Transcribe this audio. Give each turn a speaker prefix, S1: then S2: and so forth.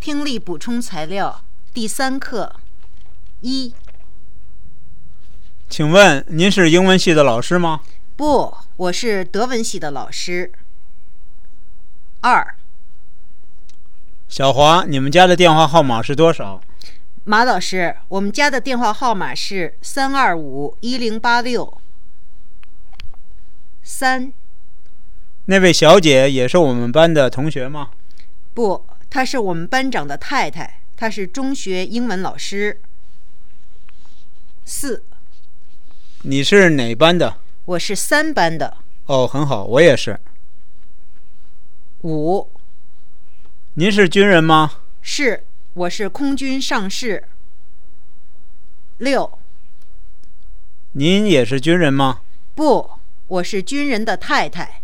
S1: 听力补充材料第三课一，
S2: 请问您是英文系的老师吗？
S1: 不，我是德文系的老师。二，
S2: 小华，你们家的电话号码是多少？
S1: 马老师，我们家的电话号码是三二五一零八六。三，
S2: 那位小姐也是我们班的同学吗？
S1: 不，她是我们班长的太太，她是中学英文老师。四，
S2: 你是哪班的？
S1: 我是三班的。
S2: 哦，很好，我也是。
S1: 五，
S2: 您是军人吗？
S1: 是，我是空军上士。六，
S2: 您也是军人吗？
S1: 不，我是军人的太太。